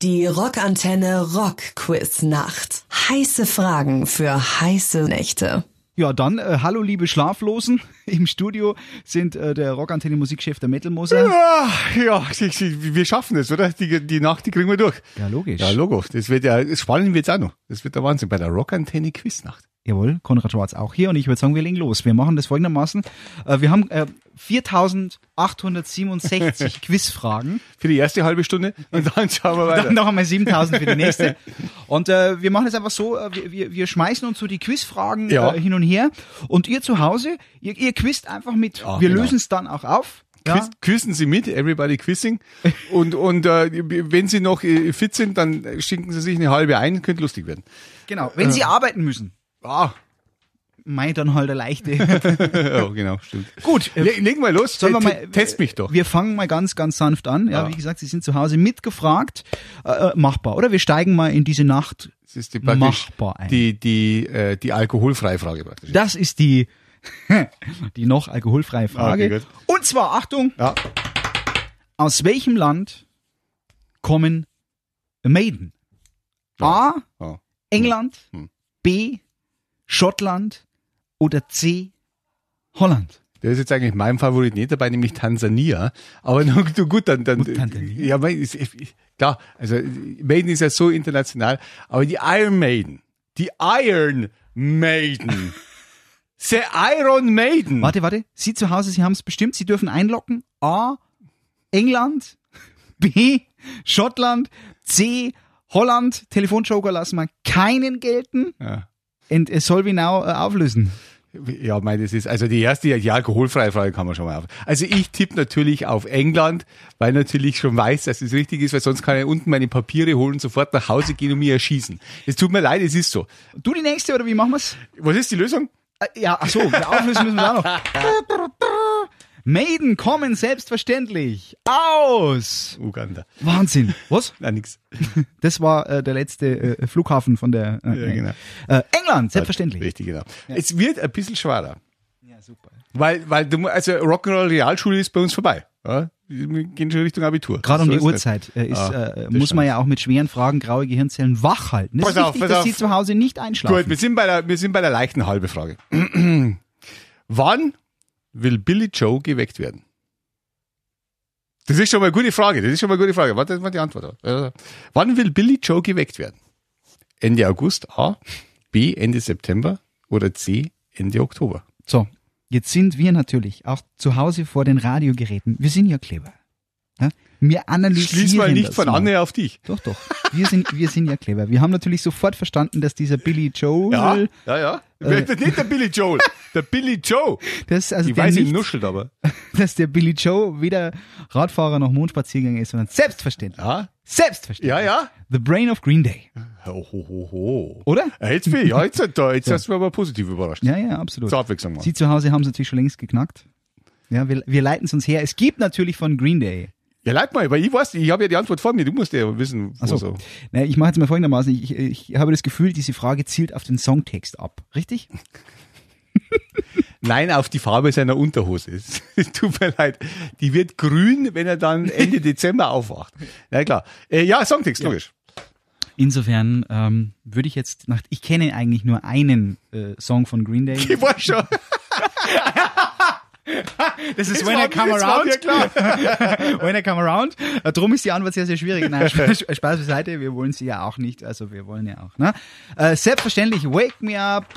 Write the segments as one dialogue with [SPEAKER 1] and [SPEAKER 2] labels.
[SPEAKER 1] Die Rockantenne Rockquiznacht. Heiße Fragen für heiße Nächte.
[SPEAKER 2] Ja, dann, äh, hallo liebe Schlaflosen. Im Studio sind äh, der Rockantenne Musikchef der Metalmoser.
[SPEAKER 3] Ja, ja, wir schaffen es, oder? Die, die Nacht, die kriegen wir durch.
[SPEAKER 2] Ja, logisch.
[SPEAKER 3] Ja, Logo, das wird ja, spannend wird's auch noch. Das wird der Wahnsinn bei der Rockantenne Quiznacht.
[SPEAKER 2] Jawohl, Konrad Schwarz auch hier und ich würde sagen, wir legen los. Wir machen das folgendermaßen. Äh, wir haben äh, 4867 Quizfragen.
[SPEAKER 3] Für die erste halbe Stunde und dann schauen wir
[SPEAKER 2] Dann
[SPEAKER 3] weiter.
[SPEAKER 2] noch einmal 7000 für die nächste. Und äh, wir machen es einfach so, äh, wir- wir, wir schmeißen uns so die Quizfragen
[SPEAKER 3] Ja.
[SPEAKER 2] äh, hin und her. Und ihr zu Hause, ihr, ihr quizt einfach mit.
[SPEAKER 3] Ja,
[SPEAKER 2] wir
[SPEAKER 3] genau.
[SPEAKER 2] lösen es dann auch auf.
[SPEAKER 3] Quiz, küssen Sie mit, everybody quizing. Und, und äh, wenn Sie noch äh, fit sind, dann schinken Sie sich eine halbe ein, könnte lustig werden.
[SPEAKER 2] Genau. Wenn sie arbeiten müssen,
[SPEAKER 3] Ah,
[SPEAKER 2] mei, dann halt eine leichte.
[SPEAKER 3] ja, genau, stimmt.
[SPEAKER 2] Gut, äh,
[SPEAKER 3] Le legen wir äh, los,
[SPEAKER 2] Sollen wir
[SPEAKER 3] Te-
[SPEAKER 2] mal-
[SPEAKER 3] test mich doch.
[SPEAKER 2] Wir fangen mal ganz, ganz sanft an. Ja,
[SPEAKER 3] Ja.
[SPEAKER 2] wie gesagt, Sie sind zu Hause mitgefragt. Äh, äh, machbar, oder? Wir steigen mal in diese Nacht.
[SPEAKER 3] Das ist die, praktisch
[SPEAKER 2] machbar ein.
[SPEAKER 3] die, die, äh, die alkoholfreie Frage praktisch.
[SPEAKER 2] Das ist die, die noch alkoholfreie Frage.
[SPEAKER 3] Ah, Okay, gut.
[SPEAKER 2] Und zwar, Achtung,
[SPEAKER 3] Ja,
[SPEAKER 2] aus welchem Land kommen Maiden? A.
[SPEAKER 3] ja.
[SPEAKER 2] England.
[SPEAKER 3] Hm.
[SPEAKER 2] B. Schottland. Oder C. Holland.
[SPEAKER 3] Der ist jetzt eigentlich mein Favorit nicht dabei, nämlich Tansania. Aber na gut, gut, dann, dann
[SPEAKER 2] Gut, Tansania.
[SPEAKER 3] ja, mein, ist, klar, also Maiden ist ja so international, aber die Iron Maiden, die Iron Maiden, the Iron Maiden.
[SPEAKER 2] Warte, warte. Sie zu Hause, Sie haben es bestimmt. Sie dürfen einloggen. A. England. B. Schottland. C. Holland. Telefonjoker lassen wir keinen gelten.
[SPEAKER 3] Ja.
[SPEAKER 2] Und es soll wie now äh, auflösen.
[SPEAKER 3] Ja, mein, das ist also die erste, die alkoholfreie Frage kann man schon mal auf. Also ich tippe natürlich auf England, weil natürlich schon weiß, dass es richtig ist, weil sonst kann ich unten meine Papiere holen, sofort nach Hause gehen und mich erschießen. Es tut mir leid, es ist so.
[SPEAKER 2] Du die nächste oder wie machen wir's?
[SPEAKER 3] Was ist die Lösung?
[SPEAKER 2] Äh, ja, ach so, auflösen müssen wir auch noch. Maiden kommen selbstverständlich aus.
[SPEAKER 3] Uganda.
[SPEAKER 2] Wahnsinn. Was?
[SPEAKER 3] Na, nix.
[SPEAKER 2] Das war äh, der letzte äh, Flughafen von der äh,
[SPEAKER 3] Ja, genau.
[SPEAKER 2] äh, England, selbstverständlich.
[SPEAKER 3] Richtig, genau. Es wird ein bisschen schwerer.
[SPEAKER 2] Ja, super.
[SPEAKER 3] Weil, weil du, mu- also Rock'n'Roll Realschule ist bei uns vorbei. Ja? Wir gehen schon Richtung Abitur.
[SPEAKER 2] Gerade um
[SPEAKER 3] So
[SPEAKER 2] die
[SPEAKER 3] ist das.
[SPEAKER 2] Uhrzeit äh, ist, äh,
[SPEAKER 3] Ah, das
[SPEAKER 2] muss man
[SPEAKER 3] stimmt.
[SPEAKER 2] ja auch mit schweren Fragen graue Gehirnzellen wach halten. Es
[SPEAKER 3] Pass
[SPEAKER 2] ist
[SPEAKER 3] auf,
[SPEAKER 2] wichtig,
[SPEAKER 3] pass
[SPEAKER 2] dass
[SPEAKER 3] auf.
[SPEAKER 2] sie zu Hause nicht
[SPEAKER 3] Gut,
[SPEAKER 2] einschlafen.
[SPEAKER 3] wir sind bei der, wir sind bei der leichten halbe Frage. Wann will Billy Joe geweckt werden? Das ist schon mal eine gute Frage. Das ist schon mal eine gute Frage. Warte, das war die Antwort. Äh, Wann will Billy Joe geweckt werden? Ende August A, B Ende September oder C Ende Oktober?
[SPEAKER 2] So, jetzt sind wir natürlich auch zu Hause vor den Radiogeräten. Wir sind ja clever. Ja? Wir analysieren
[SPEAKER 3] Schließ mal nicht
[SPEAKER 2] das
[SPEAKER 3] von Anne auf dich.
[SPEAKER 2] Doch, doch. Wir sind, wir sind ja clever. Wir haben natürlich sofort verstanden, dass dieser Billy Joel,
[SPEAKER 3] Ja, ja, ja.
[SPEAKER 2] Äh.
[SPEAKER 3] nicht der Billy Joel, der Billy Joe.
[SPEAKER 2] dass, also
[SPEAKER 3] Die
[SPEAKER 2] der
[SPEAKER 3] weiße
[SPEAKER 2] nicht,
[SPEAKER 3] nuschelt aber.
[SPEAKER 2] dass der Billy Joe weder Radfahrer noch Mondspaziergänger ist, sondern selbstverständlich.
[SPEAKER 3] Ja,
[SPEAKER 2] Selbstverständlich.
[SPEAKER 3] ja, ja.
[SPEAKER 2] The Brain of Green Day.
[SPEAKER 3] Ho, ho, ho, ho.
[SPEAKER 2] Oder?
[SPEAKER 3] Ja, Jetzt bin ich, ja, jetzt, da, jetzt hast du mich aber positiv überrascht.
[SPEAKER 2] Ja, ja, absolut.
[SPEAKER 3] Zur Abwechslung mal.
[SPEAKER 2] Sie zu Hause haben es natürlich schon längst geknackt. Ja, wir, wir leiten es uns her. Es gibt natürlich von Green Day.
[SPEAKER 3] Ja, leid mal, weil ich weiß, ich habe ja die Antwort vor mir, du musst ja wissen, wo
[SPEAKER 2] Achso.
[SPEAKER 3] so.
[SPEAKER 2] Also, Na, ich mache jetzt mal folgendermaßen. Ich, ich, ich habe das Gefühl, diese Frage zielt auf den Songtext ab. Richtig?
[SPEAKER 3] Nein, auf die Farbe seiner Unterhose. Es tut mir leid. Die wird grün, wenn er dann Ende Dezember aufwacht. Na klar. Äh, ja, Songtext, logisch.
[SPEAKER 2] Insofern ähm, würde ich jetzt nach. Ich kenne eigentlich nur einen äh, Song von Green Day.
[SPEAKER 3] Ich weiß schon.
[SPEAKER 2] Das ist
[SPEAKER 3] Das
[SPEAKER 2] When
[SPEAKER 3] war-
[SPEAKER 2] I Come
[SPEAKER 3] das war
[SPEAKER 2] Around.
[SPEAKER 3] mir klar.
[SPEAKER 2] When I Come Around. Äh, Drum ist die Antwort sehr, sehr schwierig. Nein, Spaß Spaß beiseite. Wir wollen sie ja auch nicht. Also wir wollen ja auch. Ne? Äh, selbstverständlich, Wake Me Up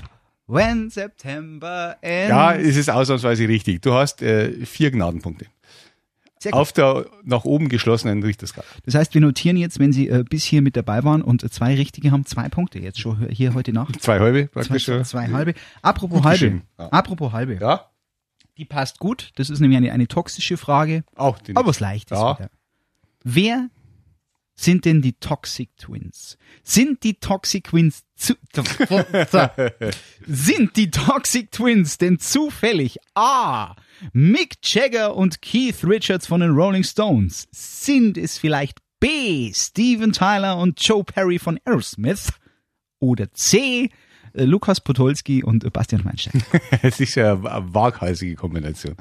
[SPEAKER 2] When September Ends.
[SPEAKER 3] Ja, es ist ausnahmsweise richtig. Du hast äh, vier Gnadenpunkte.
[SPEAKER 2] Sehr gut.
[SPEAKER 3] Auf der nach oben geschlossenen Richterskala.
[SPEAKER 2] Das heißt, wir notieren jetzt, wenn Sie äh, bis hier mit dabei waren und äh, zwei richtige haben, zwei Punkte jetzt schon hier heute Nacht.
[SPEAKER 3] Zwei halbe
[SPEAKER 2] Zwei,
[SPEAKER 3] praktisch.
[SPEAKER 2] zwei,
[SPEAKER 3] oder?
[SPEAKER 2] zwei halbe. Apropos
[SPEAKER 3] Gut
[SPEAKER 2] halbe.
[SPEAKER 3] geschrieben. Ja.
[SPEAKER 2] Apropos halbe.
[SPEAKER 3] Ja,
[SPEAKER 2] Die passt gut. Das ist nämlich eine, eine toxische Frage.
[SPEAKER 3] auch die
[SPEAKER 2] Aber was Leichtes
[SPEAKER 3] Ja.
[SPEAKER 2] wieder. Wer sind denn die Toxic Twins? Sind die Toxic Twins zu, sind die Toxic Twins denn zufällig A. Mick Jagger und Keith Richards von den Rolling Stones? Sind es vielleicht B. Steven Tyler und Joe Perry von Aerosmith? Oder C. äh, Lukas Podolski und äh, Bastian Schweinsteiger.
[SPEAKER 3] Das ist ja eine wa- waghalsige Kombination.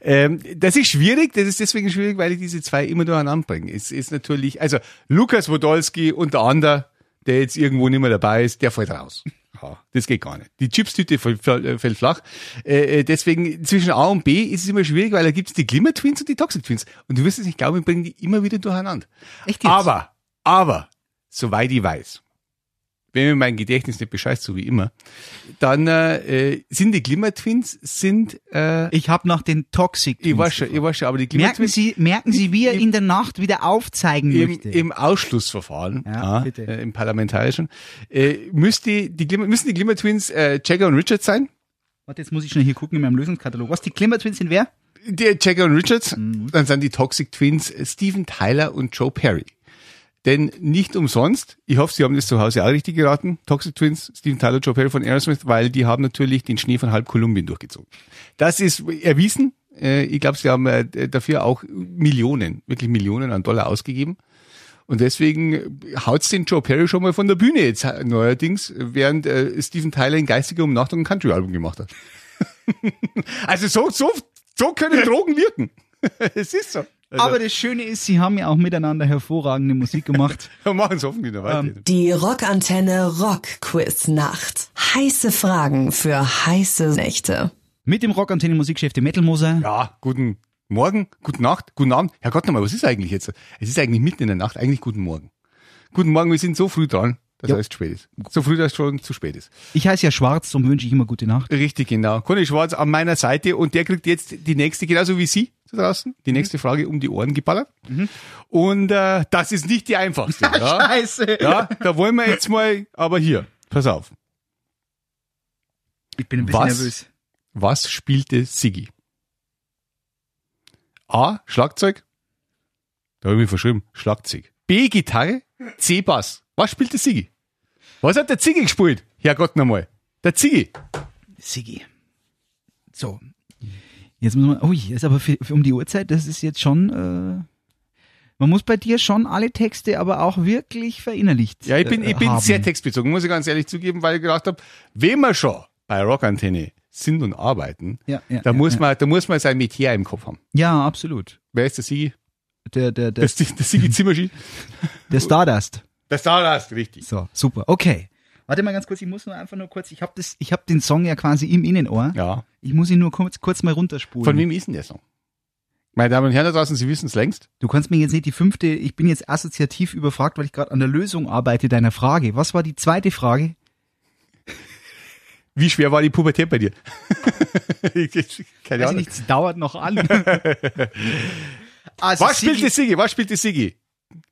[SPEAKER 3] Ähm, das ist schwierig, das ist deswegen schwierig, weil ich diese zwei immer durcheinander bringe. Es ist natürlich, also Lukas Podolski und der andere, der jetzt irgendwo nicht mehr dabei ist, der fällt raus. Ja, das geht gar nicht. Die Chipstüte fällt, fällt fällt flach. Äh, äh, deswegen zwischen A und B ist es immer schwierig, weil da gibt es die Glimmer Twins und die Toxic Twins. Und du wirst es nicht glauben, wir bringen die immer wieder durcheinander.
[SPEAKER 2] Echt jetzt?
[SPEAKER 3] Aber, aber, soweit ich weiß, wenn mir mein Gedächtnis nicht bescheißt, so wie immer, dann äh, äh, sind die Glimmer-Twins, sind, äh, ich,
[SPEAKER 2] Ich habe nach den Toxic
[SPEAKER 3] war schon, ich
[SPEAKER 2] gefragt.
[SPEAKER 3] war schon, aber die
[SPEAKER 2] Merken
[SPEAKER 3] Glimmer-Twins
[SPEAKER 2] Sie, merken Sie, wie er in der Nacht wieder aufzeigen
[SPEAKER 3] im,
[SPEAKER 2] möchte.
[SPEAKER 3] im Ausschlussverfahren,
[SPEAKER 2] Ja,
[SPEAKER 3] ah,
[SPEAKER 2] bitte.
[SPEAKER 3] Äh, im parlamentarischen, äh, müsste die Glimmer, müssen die Glimmer-Twins äh, Jagger und Richards sein?
[SPEAKER 2] Warte, jetzt muss ich schnell hier gucken in meinem Lösungskatalog. Was, die Klimmer Twins sind wer?
[SPEAKER 3] Die Jagger und Richards, dann sind die Toxic Twins äh, Steven Tyler und Joe Perry. Denn nicht umsonst, ich hoffe, Sie haben das zu Hause auch richtig geraten, Toxic Twins, Steven Tyler, Joe Perry von Aerosmith, weil die haben natürlich den Schnee von halb Kolumbien durchgezogen. Das ist erwiesen. Äh, Ich glaube, sie haben äh, dafür auch Millionen, wirklich Millionen an Dollar ausgegeben. Und deswegen haut's den Joe Perry schon mal von der Bühne jetzt neuerdings, während äh, Steven Tyler in geistiger Umnachtung ein Country-Album gemacht hat. also so, so, so können Drogen wirken. es ist so. Also,
[SPEAKER 2] Aber das Schöne ist, sie haben ja auch miteinander hervorragende Musik gemacht.
[SPEAKER 3] wir machen es hoffentlich noch weiter.
[SPEAKER 2] Ähm.
[SPEAKER 1] Die Rockantenne Rock Quiz Nacht. Heiße Fragen für heiße Nächte.
[SPEAKER 2] Mit dem Rockantenne Musikchef, dem Metalmoser.
[SPEAKER 3] Ja, guten Morgen, guten Nacht, guten Abend. Herrgott nochmal, was ist eigentlich jetzt? Es ist eigentlich mitten in der Nacht, eigentlich guten Morgen. Guten Morgen, wir sind so früh dran, dass
[SPEAKER 2] Ja.
[SPEAKER 3] es spät ist. So früh, dass es schon zu spät ist.
[SPEAKER 2] Ich heiße ja Schwarz, darum wünsche ich immer gute Nacht.
[SPEAKER 3] Richtig, genau. Conny Schwarz an meiner Seite und der kriegt jetzt die nächste, genauso wie Sie da draußen,
[SPEAKER 2] Mhm.
[SPEAKER 3] die nächste Frage um die Ohren geballert. Und äh, das ist nicht die einfachste. ja.
[SPEAKER 2] Scheiße.
[SPEAKER 3] ja, da wollen wir jetzt mal, aber hier, pass auf.
[SPEAKER 2] Ich bin ein bisschen
[SPEAKER 3] Was?
[SPEAKER 2] nervös.
[SPEAKER 3] Was spielte Siggi? A. Schlagzeug. Da habe ich mich verschrieben. Schlagzeug. B. Gitarre. C. Bass. Was spielte Siggi? Was hat der Ziggy gespielt? Herrgott nochmal. Der Ziggy.
[SPEAKER 2] Siggi. So. Jetzt muss man, ui, ist aber für, für um die Uhrzeit, das ist jetzt schon, äh, man muss bei dir schon alle Texte aber auch wirklich verinnerlicht
[SPEAKER 3] Ja, ich bin,
[SPEAKER 2] äh,
[SPEAKER 3] ich bin
[SPEAKER 2] haben.
[SPEAKER 3] sehr textbezogen, muss ich ganz ehrlich zugeben, weil ich gedacht habe, wenn wir schon bei Rockantenne sind und arbeiten,
[SPEAKER 2] Ja, ja,
[SPEAKER 3] da,
[SPEAKER 2] ja,
[SPEAKER 3] muss
[SPEAKER 2] ja.
[SPEAKER 3] Man, da muss man sein Metier im Kopf haben.
[SPEAKER 2] Ja, absolut.
[SPEAKER 3] Wer ist der Sigi?
[SPEAKER 2] Der, der, der,
[SPEAKER 3] Der, der, der Sigi Zimmerschied?
[SPEAKER 2] der Stardust.
[SPEAKER 3] Der Starlast, richtig.
[SPEAKER 2] So, super. Okay. Warte mal ganz kurz, ich muss nur einfach nur kurz, ich habe das, ich habe den Song ja quasi im Innenohr.
[SPEAKER 3] Ja.
[SPEAKER 2] Ich muss ihn nur kurz, kurz mal runterspulen.
[SPEAKER 3] Von wem ist denn der Song? Meine Damen und Herren da draußen, Sie wissen es längst.
[SPEAKER 2] Du kannst mir jetzt nicht die fünfte, ich bin jetzt assoziativ überfragt, weil ich gerade an der Lösung arbeite deiner Frage. Was war die zweite Frage?
[SPEAKER 3] Wie schwer war die Pubertät bei dir? Ich- Keine
[SPEAKER 2] Weiß ich
[SPEAKER 3] Ahnung.
[SPEAKER 2] nicht, es dauert noch an. also
[SPEAKER 3] Was spielt die Sigi? Was spielt die Sigi?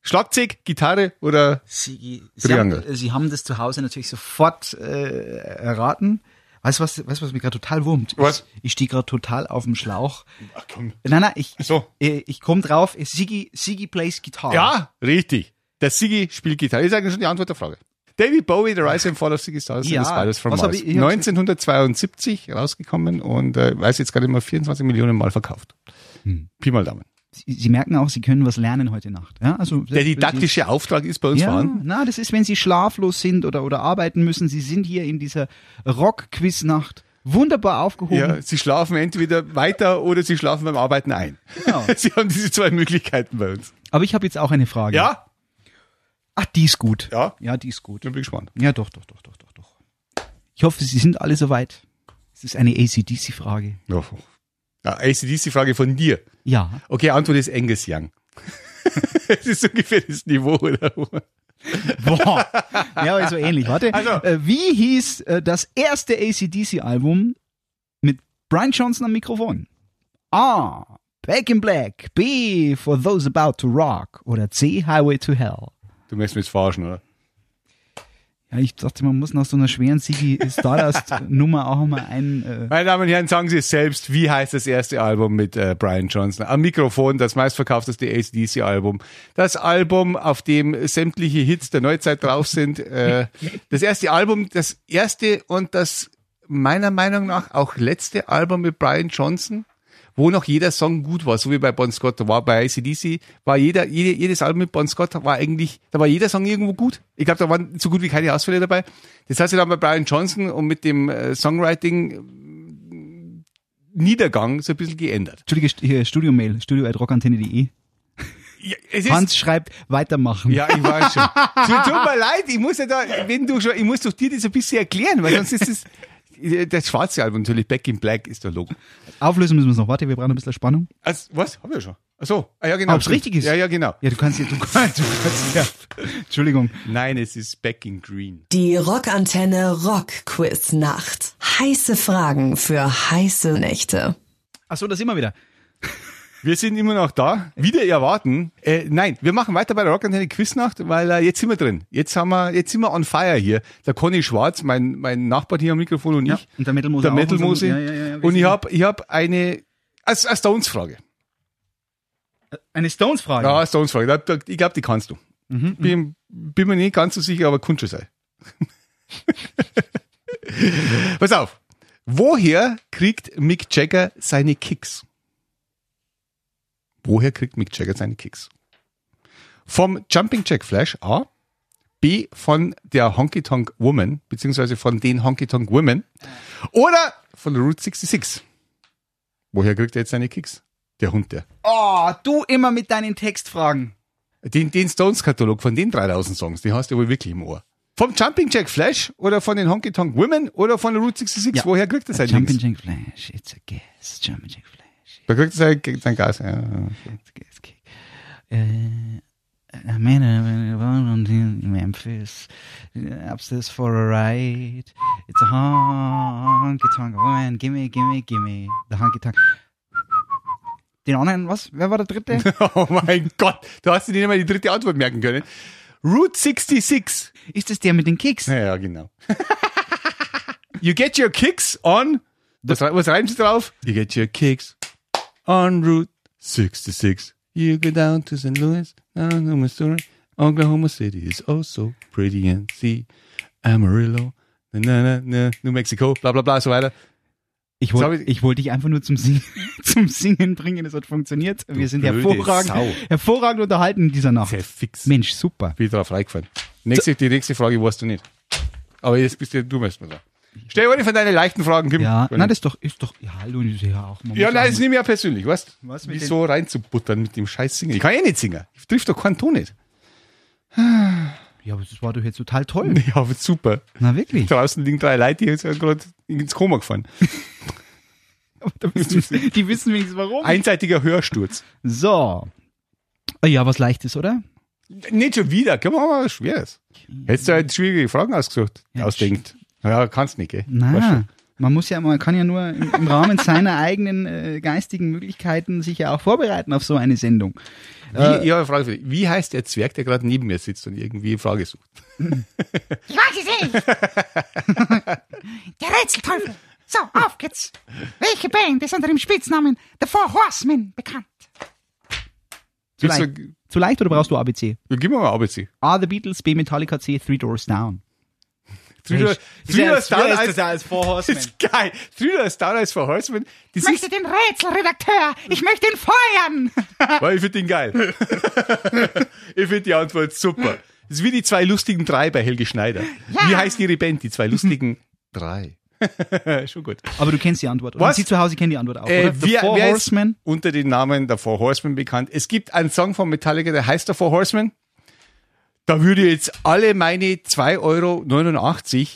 [SPEAKER 3] Schlagzeug, Gitarre oder?
[SPEAKER 2] Sigi, Sie,
[SPEAKER 3] Triangle?
[SPEAKER 2] haben, äh, Sie haben das zu Hause natürlich sofort äh, erraten. Weißt du, was, weißt, du, was mich gerade total wurmt?
[SPEAKER 3] Was?
[SPEAKER 2] Ich, ich stehe gerade total auf dem Schlauch.
[SPEAKER 3] Ach komm.
[SPEAKER 2] Nein, nein, ich,
[SPEAKER 3] Ach so.
[SPEAKER 2] Äh, ich, ich komme drauf. Sigi, Sigi plays Gitarre.
[SPEAKER 3] Ja, Ah, richtig. Der Sigi spielt Gitarre. Das ist eigentlich schon die Antwort der Frage. David Bowie, The Rise and Fall of Ziggy Stars
[SPEAKER 2] Ja.
[SPEAKER 3] and the Spiders from
[SPEAKER 2] Was hab
[SPEAKER 3] Mars.
[SPEAKER 2] ich- ich hab's-
[SPEAKER 3] 1972 rausgekommen und äh, weiß jetzt gerade mal 24 Millionen Mal verkauft. Pi mal Daumen.
[SPEAKER 2] Sie, Sie merken auch, Sie können was lernen heute Nacht. Ja, also
[SPEAKER 3] Der didaktische Auftrag ist bei uns
[SPEAKER 2] Ja,
[SPEAKER 3] vorhanden.
[SPEAKER 2] na, das ist, wenn Sie schlaflos sind oder, oder arbeiten müssen. Sie sind hier in dieser Rock-Quiz-Nacht wunderbar aufgehoben.
[SPEAKER 3] Ja, sie schlafen entweder weiter oder sie schlafen beim Arbeiten ein.
[SPEAKER 2] Genau.
[SPEAKER 3] Sie haben diese zwei Möglichkeiten bei uns.
[SPEAKER 2] Aber ich habe jetzt auch eine Frage.
[SPEAKER 3] Ja,
[SPEAKER 2] Ach, die ist gut.
[SPEAKER 3] Ja.
[SPEAKER 2] Ja, die ist gut.
[SPEAKER 3] ich bin gespannt.
[SPEAKER 2] Ja, doch, doch, doch, doch, doch, doch. Ich hoffe, Sie sind alle soweit. Es ist eine ACDC-Frage.
[SPEAKER 3] Ja. Ja, ACDC-Frage von dir.
[SPEAKER 2] Ja.
[SPEAKER 3] Okay, Antwort ist Angus Young. Es ist ungefähr das Niveau, oder?
[SPEAKER 2] Boah. ja, aber so ähnlich. Warte.
[SPEAKER 3] Also.
[SPEAKER 2] Äh, wie hieß äh, das erste ACDC-Album mit Brian Johnson am Mikrofon? A. Back in Black. B. For Those About to Rock. Oder C. Highway to Hell.
[SPEAKER 3] Du möchtest mich jetzt verarschen, oder?
[SPEAKER 2] Ja, ich dachte, man muss nach so einer schweren Sigi Stardust-Nummer auch mal einen. Äh,
[SPEAKER 3] Meine Damen und Herren, sagen Sie es selbst. Wie heißt das erste Album mit äh, Brian Johnson? Am Mikrofon, das meistverkaufteste ACDC-Album. Das Album, auf dem sämtliche Hits der Neuzeit drauf sind. Äh, das erste Album, das erste und das meiner Meinung nach auch letzte Album mit Brian Johnson, wo noch jeder Song gut war, so wie bei Bon Scott, da war bei ACDC, war jeder, jede, jedes Album mit Bon Scott war eigentlich, da war jeder Song irgendwo gut. Ich glaube, da waren so gut wie keine Ausfälle dabei. Das heißt, wir haben bei Brian Johnson und mit dem äh, Songwriting Niedergang so ein bisschen geändert.
[SPEAKER 2] Entschuldige, St- hier, Studio-Mail, studio.rockantenne.de.
[SPEAKER 3] Ja, es ist-
[SPEAKER 2] Hans schreibt, weitermachen.
[SPEAKER 3] Ja, ich weiß schon. Tut, tut mir leid, ich muss ja da, wenn du schon, ich muss doch dir das ein bisschen erklären, weil sonst ist es, das schwarze Album natürlich, Back in Black ist der Logo.
[SPEAKER 2] Auflösen müssen wir es noch. Warte, wir brauchen ein bisschen Spannung.
[SPEAKER 3] Also, was? Haben wir schon. Ach so, ah, ja, genau.
[SPEAKER 2] Ob's
[SPEAKER 3] stimmt.
[SPEAKER 2] richtig ist?
[SPEAKER 3] Ja, ja, genau.
[SPEAKER 2] Ja, du kannst hier, du kannst, du kannst ja. Entschuldigung.
[SPEAKER 3] Nein, es ist Back in Green.
[SPEAKER 1] Die Rockantenne Rockquiznacht. Heiße Fragen für heiße Nächte.
[SPEAKER 2] Ach so, das immer wieder.
[SPEAKER 3] Wir sind immer noch da. Wieder erwarten. Äh, nein, wir machen weiter bei der Rockantenne Quiznacht, weil äh, jetzt sind wir drin. Jetzt haben wir, jetzt sind wir on fire hier. Der Conny Schwarz, mein, mein Nachbar hier am Mikrofon und ich.
[SPEAKER 2] Und der Metal-Mose
[SPEAKER 3] Der
[SPEAKER 2] auch
[SPEAKER 3] Metal
[SPEAKER 2] und so.
[SPEAKER 3] Mose.
[SPEAKER 2] Ja, ja, ja, wir
[SPEAKER 3] und ich
[SPEAKER 2] sind-
[SPEAKER 3] habe ich hab eine, als, als Stones-Frage.
[SPEAKER 2] Eine Stones-Frage.
[SPEAKER 3] Ja, Stones-Frage. Da- da- Ich glaube, die kannst du. Bin, bin mir nicht ganz so sicher, aber könnte schon sein. Pass auf. Woher kriegt Mick Jagger seine Kicks? Woher kriegt Mick Jagger seine Kicks? Vom Jumping Jack Flash A. B. Von der Honky Tonk Woman, beziehungsweise von den Honky Tonk Women. Oder von Route 66. Woher kriegt er jetzt seine Kicks? Der Hund, der.
[SPEAKER 2] Oh, du immer mit deinen Textfragen.
[SPEAKER 3] Den, den Stones-Katalog von den 3000 Songs, den hast du ja wohl wirklich im Ohr. Vom Jumping Jack Flash oder von den Honky Tonk Women oder von der Route 66,
[SPEAKER 2] Ja.
[SPEAKER 3] woher kriegt er
[SPEAKER 2] A
[SPEAKER 3] sein
[SPEAKER 2] Jumping
[SPEAKER 3] Dings?
[SPEAKER 2] Jack Flash, it's a guess. Jumping Jack Flash,
[SPEAKER 3] Da kriegt er sein, sein Gas. Ja, ja.
[SPEAKER 2] it's a guess kick. Äh, a man and a woman on in Memphis. uh, Up this for a ride. It's a honky tonk woman. Gimme, gimme, gimme. The honky tonk. Den anderen, was? Wer war der dritte?
[SPEAKER 3] Oh mein Gott, du hast dir nicht einmal die dritte Antwort merken können. Route 66.
[SPEAKER 2] Ist das der mit den Kicks?
[SPEAKER 3] Ja, ja, genau. you get your kicks on. Was, rei- was reimt sie drauf? You get your kicks on Route 66. You go down to St. Louis, down to Missouri. Oklahoma City is also pretty and see Amarillo. Na, na, na, na, New Mexico, bla bla bla, so weiter.
[SPEAKER 2] Ich
[SPEAKER 3] Sag
[SPEAKER 2] wollte
[SPEAKER 3] ich-
[SPEAKER 2] ich wollte dich einfach nur zum Singen, zum Singen bringen, es hat funktioniert. Wir sind
[SPEAKER 3] blöde
[SPEAKER 2] hervorragend,
[SPEAKER 3] Sau.
[SPEAKER 2] hervorragend unterhalten in dieser Nacht.
[SPEAKER 3] Sehr fix.
[SPEAKER 2] Mensch, super.
[SPEAKER 3] Bin drauf reingefallen. Nächste, die nächste Frage weißt du nicht. Aber jetzt bist du, du möchtest mal da. Stell eine von deinen leichten Fragen, Kim.
[SPEAKER 2] Ja,
[SPEAKER 3] Wenn-
[SPEAKER 2] nein, das ist doch, ist doch, ja, hallo, das ist ja auch. man
[SPEAKER 3] Ja,
[SPEAKER 2] muss
[SPEAKER 3] nein,
[SPEAKER 2] auch-
[SPEAKER 3] das nehme ich ja persönlich, weißt du?
[SPEAKER 2] Was mit
[SPEAKER 3] Wieso reinzubuttern mit dem scheiß Singen? Ich kann eh nicht singen. Ich triff doch keinen Ton nicht.
[SPEAKER 2] ja, aber das war doch jetzt total toll.
[SPEAKER 3] Ja, aber super.
[SPEAKER 2] Na wirklich.
[SPEAKER 3] Draußen liegen drei Leute, die sind gerade ins Koma gefallen.
[SPEAKER 2] Da wissen- Die wissen wenigstens warum.
[SPEAKER 3] Einseitiger Hörsturz.
[SPEAKER 2] So. Ah Ja, was leichtes, oder?
[SPEAKER 3] Nicht schon wieder, können wir mal was Schweres. Hättest du halt schwierige Fragen ausgesucht,
[SPEAKER 2] Ja,
[SPEAKER 3] ausdenkt. Ja, kannst nicht, gell? Weißt
[SPEAKER 2] Na,
[SPEAKER 3] schon.
[SPEAKER 2] man muss ja, man kann ja nur im, im Rahmen seiner eigenen äh, geistigen Möglichkeiten sich ja auch vorbereiten auf so eine Sendung.
[SPEAKER 3] Wie, ich habe eine Frage für dich. Wie heißt der Zwerg, der gerade neben mir sitzt und irgendwie eine Frage sucht?
[SPEAKER 4] Ich weiß es nicht. Der Rätselteufel. So, auf geht's. Welche Band ist unter dem Spitznamen The Four Horsemen bekannt?
[SPEAKER 2] Zu
[SPEAKER 3] Gibt's
[SPEAKER 2] leicht, zu leicht oder brauchst du ABC?
[SPEAKER 3] Ja, gib mir mal ABC.
[SPEAKER 2] A, The Beatles, B, Metallica, C, Three Doors Down.
[SPEAKER 3] Three Doors- Three Doors Down als-
[SPEAKER 2] als Vorhorseman.
[SPEAKER 3] ist geil. Three Doors Down als for Horseman. Das
[SPEAKER 4] Ich
[SPEAKER 3] ist
[SPEAKER 4] möchte den Rätselredakteur. Ich möchte ihn feuern.
[SPEAKER 3] Weil ich finde den geil. ich finde die Antwort super. Das ist wie die zwei lustigen drei bei Helge Schneider.
[SPEAKER 4] Ja.
[SPEAKER 3] Wie heißt ihre Band, die zwei lustigen drei? Schon gut.
[SPEAKER 2] Aber du kennst die Antwort. Oder?
[SPEAKER 3] Was?
[SPEAKER 2] Sie zu Hause kennen die Antwort auch.
[SPEAKER 3] Äh,
[SPEAKER 2] oder? The
[SPEAKER 3] wer,
[SPEAKER 2] Four
[SPEAKER 3] wer ist
[SPEAKER 2] Horsemen.
[SPEAKER 3] unter dem Namen der Four Horsemen bekannt? Es gibt einen Song von Metallica, der heißt der Four Horsemen. Da würde ich jetzt alle meine 2,89 Euro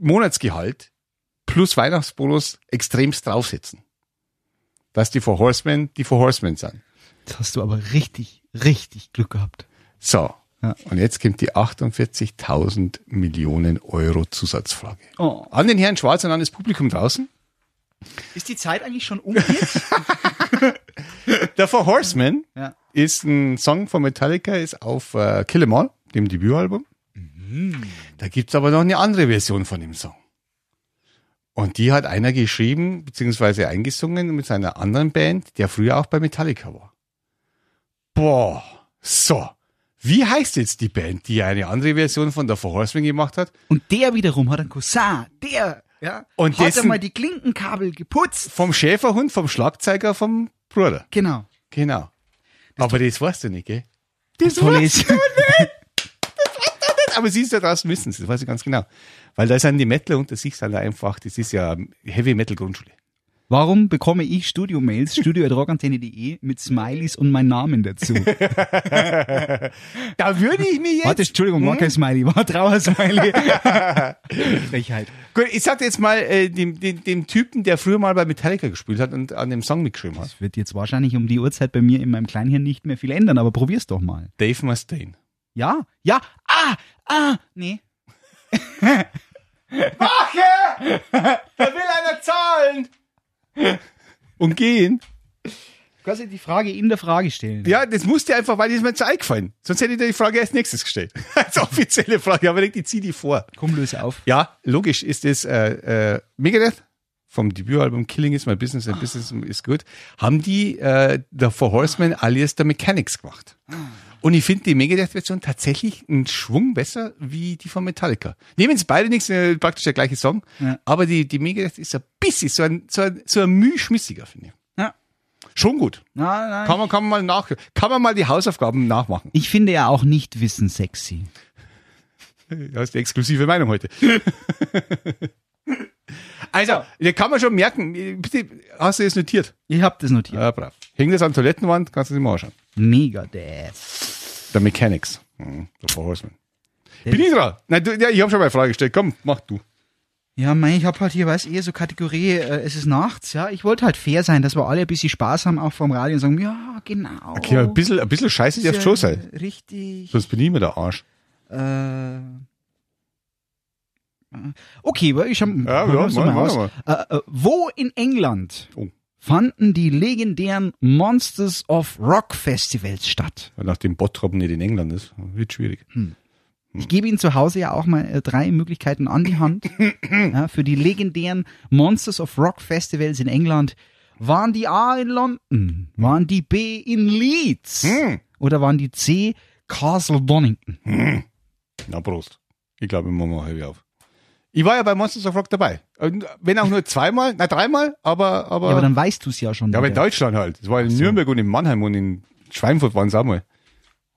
[SPEAKER 3] Monatsgehalt plus Weihnachtsbonus extremst draufsetzen. Dass die Four Horsemen die Four Horsemen sind.
[SPEAKER 2] Das hast du aber richtig, richtig Glück gehabt.
[SPEAKER 3] So.
[SPEAKER 2] Ja.
[SPEAKER 3] Und jetzt kommt die 48.000 Millionen Euro Zusatzfrage.
[SPEAKER 2] Oh.
[SPEAKER 3] An den Herrn Schwarz und an das Publikum draußen.
[SPEAKER 2] Ist die Zeit eigentlich schon um jetzt?
[SPEAKER 3] Der Four Horsemen
[SPEAKER 2] ja.
[SPEAKER 3] ist ein Song von Metallica, ist auf äh, Kill 'Em All, dem Debütalbum. Da gibt's aber noch eine andere Version von dem Song. Und die hat einer geschrieben, beziehungsweise eingesungen mit seiner anderen Band, der früher auch bei Metallica war. Boah, so. Wie heißt jetzt die Band, die eine andere Version von der Four Horsemen gemacht hat?
[SPEAKER 2] Und der wiederum hat einen Cousin. Der Ja.
[SPEAKER 3] Und
[SPEAKER 2] Hat
[SPEAKER 3] dessen-
[SPEAKER 2] einmal die Klinkenkabel geputzt.
[SPEAKER 3] Vom Schäferhund, vom Schlagzeuger, vom Bruder.
[SPEAKER 2] Genau.
[SPEAKER 3] Genau. Aber das weißt du nicht, gell?
[SPEAKER 2] Das war's.
[SPEAKER 3] Aber sie ist da draußen wissen sie, das weiß ich ganz genau. Weil da sind die Metaler unter sich, sind da einfach, das ist ja Heavy Metal Grundschule.
[SPEAKER 2] Warum bekomme ich Studio-Mails, studio.rockantenne.de mit Smileys und meinen Namen dazu?
[SPEAKER 3] Da würde ich mir jetzt.
[SPEAKER 2] Warte, Entschuldigung, war kein Smiley, war ein Trauer-Smiley. Frechheit.
[SPEAKER 3] Gut, ich sag jetzt mal äh, dem, dem, dem Typen, der früher mal bei Metallica gespielt hat und an dem Song mitgeschrieben hat.
[SPEAKER 2] Das wird jetzt wahrscheinlich um die Uhrzeit bei mir in meinem Kleinhirn nicht mehr viel ändern, aber probier's doch mal.
[SPEAKER 3] Dave Mustaine.
[SPEAKER 2] Ja, ja, ah, ah, nee.
[SPEAKER 3] Da will einer zahlen! Und gehen.
[SPEAKER 2] Quasi die Frage in der Frage stellen.
[SPEAKER 3] Ja, das musste einfach, weil das ist mir zu eingefallen. Sonst hätte ich dir die Frage als nächstes gestellt. Als offizielle Frage, aber ich denk, ich zieh die vor.
[SPEAKER 2] Komm, löse auf.
[SPEAKER 3] Ja, logisch ist es äh, äh, Megadeth vom Debütalbum Killing is my business and business is good, haben die äh, der Four Horsemen alias der Mechanics gemacht. Und ich finde die Megadeth-Version tatsächlich einen Schwung besser wie die von Metallica. Nehmen sie beide nichts, äh, praktisch der gleiche Song,
[SPEAKER 2] Ja.
[SPEAKER 3] aber die, die Megadeth ist ein bisschen so ein, so ein, so ein Mühe schmissiger, finde ich.
[SPEAKER 2] Ja.
[SPEAKER 3] Schon gut.
[SPEAKER 2] Nein, nein.
[SPEAKER 3] Kann man, kann man mal nach, kann man mal die Hausaufgaben nachmachen.
[SPEAKER 2] Ich finde ja auch nicht Wissen sexy.
[SPEAKER 3] Du hast die exklusive Meinung heute. also, da kann man schon merken, bitte, hast du das notiert?
[SPEAKER 2] Ich hab das notiert.
[SPEAKER 3] Ja, brav. Hängt das an der Toilettenwand, kannst du dir mal anschauen.
[SPEAKER 2] Mega Death.
[SPEAKER 3] Der Mechanics. Mhm, der Four Horsemen. Bin ich dran? Nein, du, ja, ich habe schon mal eine Frage gestellt. Komm, mach du.
[SPEAKER 2] Ja, mein, ich hab halt hier, weiß eher so Kategorie, äh, es ist nachts, ja. Ich wollte halt fair sein, dass wir alle ein bisschen Spaß haben, auch vom Radio und sagen, ja, genau.
[SPEAKER 3] Okay, ein bisschen, ein bisschen scheiße darf schon sein.
[SPEAKER 2] Richtig.
[SPEAKER 3] Sonst bin ich mir der Arsch.
[SPEAKER 2] Äh, okay, weil ich hab,
[SPEAKER 3] Ja,
[SPEAKER 2] hab
[SPEAKER 3] ja,
[SPEAKER 2] so
[SPEAKER 3] mach-
[SPEAKER 2] mal aus.
[SPEAKER 3] mach
[SPEAKER 2] Äh, äh, wo in England
[SPEAKER 3] Oh.
[SPEAKER 2] fanden die legendären Monsters of Rock Festivals statt?
[SPEAKER 3] Weil Nach dem Bottrop nicht in England ist, wird schwierig. Hm.
[SPEAKER 2] Ich gebe Ihnen zu Hause ja auch mal äh, drei Möglichkeiten an die Hand. ja, für die legendären Monsters of Rock Festivals in England. Waren die A in London? Waren die B in Leeds?
[SPEAKER 3] Hm.
[SPEAKER 2] Oder waren die C Castle Donington?
[SPEAKER 3] Na, Prost. Ich glaube, ich mache mal halb auf. Ich war ja bei Monsters of Rock dabei. Und Wenn auch nur zweimal, na dreimal, aber, aber.
[SPEAKER 2] Ja, aber dann weißt du es ja schon.
[SPEAKER 3] Äh. Ja, aber in
[SPEAKER 2] wieder.
[SPEAKER 3] Deutschland halt. Das war in Nürnberg und in Mannheim und in Schweinfurt waren es auch mal.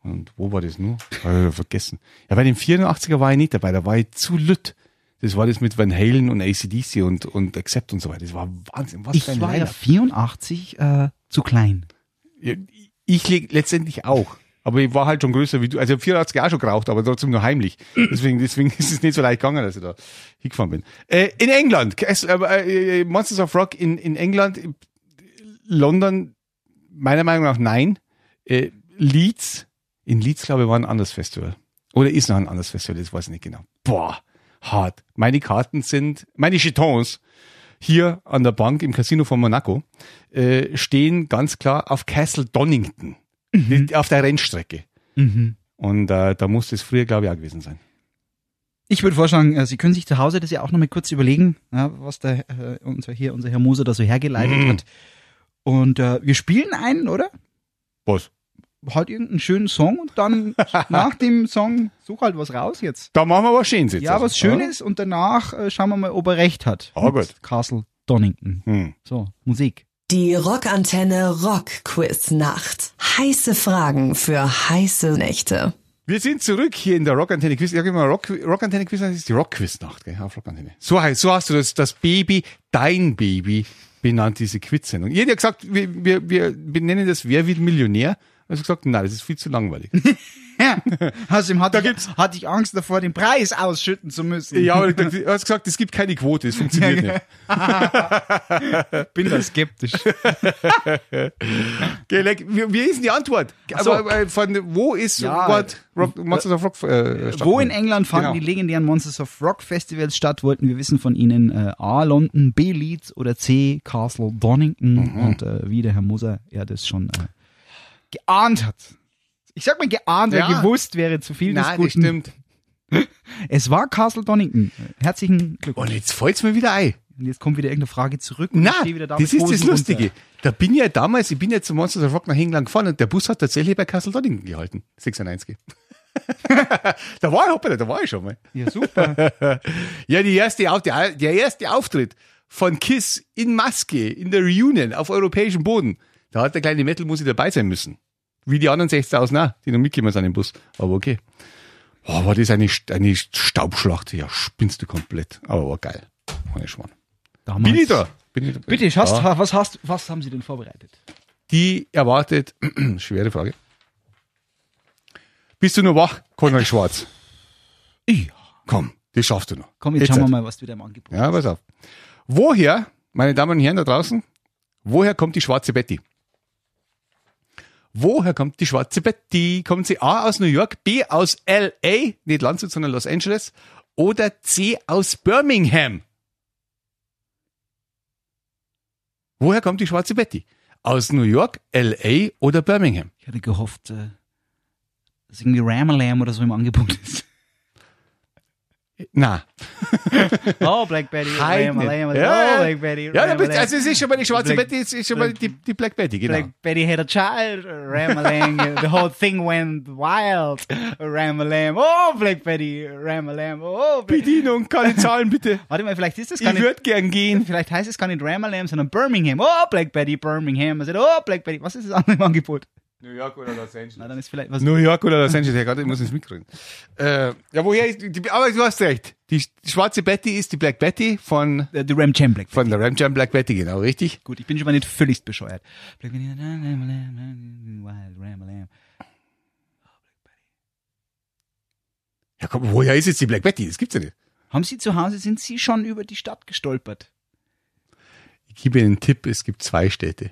[SPEAKER 3] Und wo war das nur? Hab ich vergessen. Ja, bei dem 84er war ich nicht dabei, da war ich zu lütt. Das war das mit Van Halen und ACDC und, und Accept und so weiter. Das war Wahnsinn. Was für ein
[SPEAKER 2] ich war ja
[SPEAKER 3] Line-Up.
[SPEAKER 2] 84 äh, zu klein.
[SPEAKER 3] Ja, Ich leg letztendlich auch. Aber ich war halt schon größer wie du. Also ich hab 84 auch schon geraucht, aber trotzdem nur heimlich. Deswegen, deswegen ist es nicht so leicht gegangen, dass ich da hingefahren bin. Äh, in England. Es, äh, äh, Monsters of Rock in, in England. in London, meiner Meinung nach nein. Äh, Leeds. In Leeds, glaube ich, war ein anderes Festival. Oder ist noch ein anderes Festival, das weiß ich nicht genau. Boah, hart. Meine Karten sind, meine Chetons hier an der Bank im Casino von Monaco äh, stehen ganz klar auf Castle Donington, die- auf der Rennstrecke.
[SPEAKER 2] Mhm.
[SPEAKER 3] Und äh, da muss das früher, glaube ich, auch gewesen sein.
[SPEAKER 2] Ich würde vorschlagen, äh, Sie können sich zu Hause das ja auch nochmal kurz überlegen, ja, was der, äh, unser, hier unser Herr Moser da so hergeleitet hat. Und äh, wir spielen einen, oder?
[SPEAKER 3] Was?
[SPEAKER 2] Halt irgendeinen schönen Song und dann nach dem Song such halt was raus jetzt.
[SPEAKER 3] Da machen wir was Schönes jetzt.
[SPEAKER 2] Ja,
[SPEAKER 3] also,
[SPEAKER 2] was Schönes und danach äh, schauen wir mal, ob er recht hat.
[SPEAKER 3] Ah,
[SPEAKER 2] Mit
[SPEAKER 3] gut.
[SPEAKER 2] Castle Donington.
[SPEAKER 3] Ja? Hm.
[SPEAKER 2] So, Musik.
[SPEAKER 1] Die Rockantenne Rock Quiz Nacht. Heiße Fragen für heiße Nächte.
[SPEAKER 3] Wir sind zurück hier in der Rockantenne Quiz. Ich sag immer, Rock, Rockantenne Quiz das ist die Rockquiznacht, gell? Auf Rockantenne. So, heißt- so hast du das, das Baby, dein Baby, benannt, diese Quiz-Sendung. Ihr habt ja gesagt, wir, wir, wir benennen das Wer wird Millionär? Also gesagt, nein, das ist viel zu langweilig.
[SPEAKER 2] Ja, außerdem hatte, ich, hatte ich Angst davor, den Preis ausschütten zu müssen.
[SPEAKER 3] ja, aber du hast gesagt, es gibt keine Quote, es funktioniert nicht.
[SPEAKER 2] bin da skeptisch.
[SPEAKER 3] Geh, leck. Wie, wie ist denn die Antwort?
[SPEAKER 2] so.
[SPEAKER 3] Aber äh, von wo ist
[SPEAKER 2] Ja.
[SPEAKER 3] what, Rock, Monsters of Rock äh,
[SPEAKER 2] Wo in England fanden
[SPEAKER 3] Genau.
[SPEAKER 2] die legendären Monsters of Rock Festivals statt? Wollten wir wissen von ihnen äh, A. London, B. Leeds oder C. Castle Donington?
[SPEAKER 3] Mhm.
[SPEAKER 2] Und äh, wie der Herr Moser ja das schon äh, geahnt hat. Ich sag mal geahnt, weil
[SPEAKER 3] Ja.
[SPEAKER 2] gewusst wäre zu viel
[SPEAKER 3] Nein,
[SPEAKER 2] des
[SPEAKER 3] das
[SPEAKER 2] Guten.
[SPEAKER 3] stimmt.
[SPEAKER 2] Es war Castle Donington. Herzlichen Glückwunsch.
[SPEAKER 3] Und jetzt fällt's mir wieder ein.
[SPEAKER 2] Und jetzt kommt wieder irgendeine Frage zurück. und
[SPEAKER 3] Na,
[SPEAKER 2] ich stehe wieder da
[SPEAKER 3] das
[SPEAKER 2] mit
[SPEAKER 3] ist das
[SPEAKER 2] Hosen
[SPEAKER 3] Lustige.
[SPEAKER 2] runter.
[SPEAKER 3] Da bin ich ja damals, ich bin ja zu Monsters of Rock nach England gefahren und der Bus hat tatsächlich bei Castle Donington gehalten. 96. da war ich, hoppala, da war ich schon mal.
[SPEAKER 2] Ja, super.
[SPEAKER 3] Ja, die erste, Auf- der, der erste Auftritt von Kiss in Maske in der Reunion auf europäischem Boden. Da hat der kleine Metal-Musiker dabei sein müssen. Wie die anderen 6000 auch, die noch mitgekommen sind im Bus. Aber okay. Oh, war das eine, St- eine Staubschlacht? Ja, spinnst du komplett. Aber war geil. War nicht schmarrn.
[SPEAKER 2] Damals.
[SPEAKER 3] Bin ich da? Bin ich da?
[SPEAKER 2] Bitte, hast,
[SPEAKER 3] Ja.
[SPEAKER 2] was, hast, was haben Sie denn vorbereitet?
[SPEAKER 3] Die erwartet, schwere Frage. Bist du noch wach, Konrad Schwarz?
[SPEAKER 2] Ja.
[SPEAKER 3] Komm, das schaffst du noch.
[SPEAKER 2] Komm, jetzt
[SPEAKER 3] Jetzt
[SPEAKER 2] schauen wir mal, was du da im Angebot
[SPEAKER 3] Ja, pass auf. Woher, meine Damen und Herren da draußen, woher kommt die schwarze Betty? Woher kommt die schwarze Betty? Kommt sie A aus New York, B aus LA, nicht Landshut, sondern Los Angeles, oder C aus Birmingham? Woher kommt die schwarze Betty? Aus New York, LA oder Birmingham?
[SPEAKER 2] Ich hatte gehofft, äh, dass irgendwie Ramalam oder so im Angebot ist.
[SPEAKER 3] Na,
[SPEAKER 2] Oh, Black Betty,
[SPEAKER 3] Halt
[SPEAKER 2] Ram,
[SPEAKER 3] nicht.
[SPEAKER 2] Lam,
[SPEAKER 3] Ja, ja.
[SPEAKER 2] oh, Black Betty,
[SPEAKER 3] ja, da
[SPEAKER 2] Ram,
[SPEAKER 3] bist,
[SPEAKER 2] Lam.
[SPEAKER 3] also es ist schon mal die schwarze
[SPEAKER 2] Black-
[SPEAKER 3] Betty, es ist schon mal die, die Black Betty, genau.
[SPEAKER 2] Black Betty had a child, Ramalam, the whole thing went wild, Ramalam, oh, Black Betty, Ramalam, oh, Black
[SPEAKER 3] Bedienung, keine Zahlen bitte.
[SPEAKER 2] Warte mal, vielleicht ist das gar
[SPEAKER 3] Ich
[SPEAKER 2] nicht,
[SPEAKER 3] würde gern gehen.
[SPEAKER 2] vielleicht heißt es gar nicht Ramalam, sondern Birmingham, oh, Black Betty, Birmingham, also, oh, Black Betty, was ist das andere im Angebot?
[SPEAKER 3] New York oder Los Angeles.
[SPEAKER 2] Na, dann ist vielleicht was,
[SPEAKER 3] New York oder Los Angeles, Herrgott, ich muss ins Mikro reden. Äh, ja, woher ist, die, aber du hast recht. Die, die schwarze Betty ist die Black Betty von,
[SPEAKER 2] äh, die Ram Jam Black
[SPEAKER 3] von der Ram Jam Black Betty, genau, richtig?
[SPEAKER 2] Gut, ich bin schon mal nicht völlig bescheuert. Black Betty, Ramalam, Ramalam, Wild Ramalam.
[SPEAKER 3] Ja, komm, woher ist jetzt die Black Betty? Das gibt's ja nicht.
[SPEAKER 2] Haben Sie zu Hause, sind Sie schon über die Stadt gestolpert?
[SPEAKER 3] Ich gebe Ihnen einen Tipp, es gibt zwei Städte.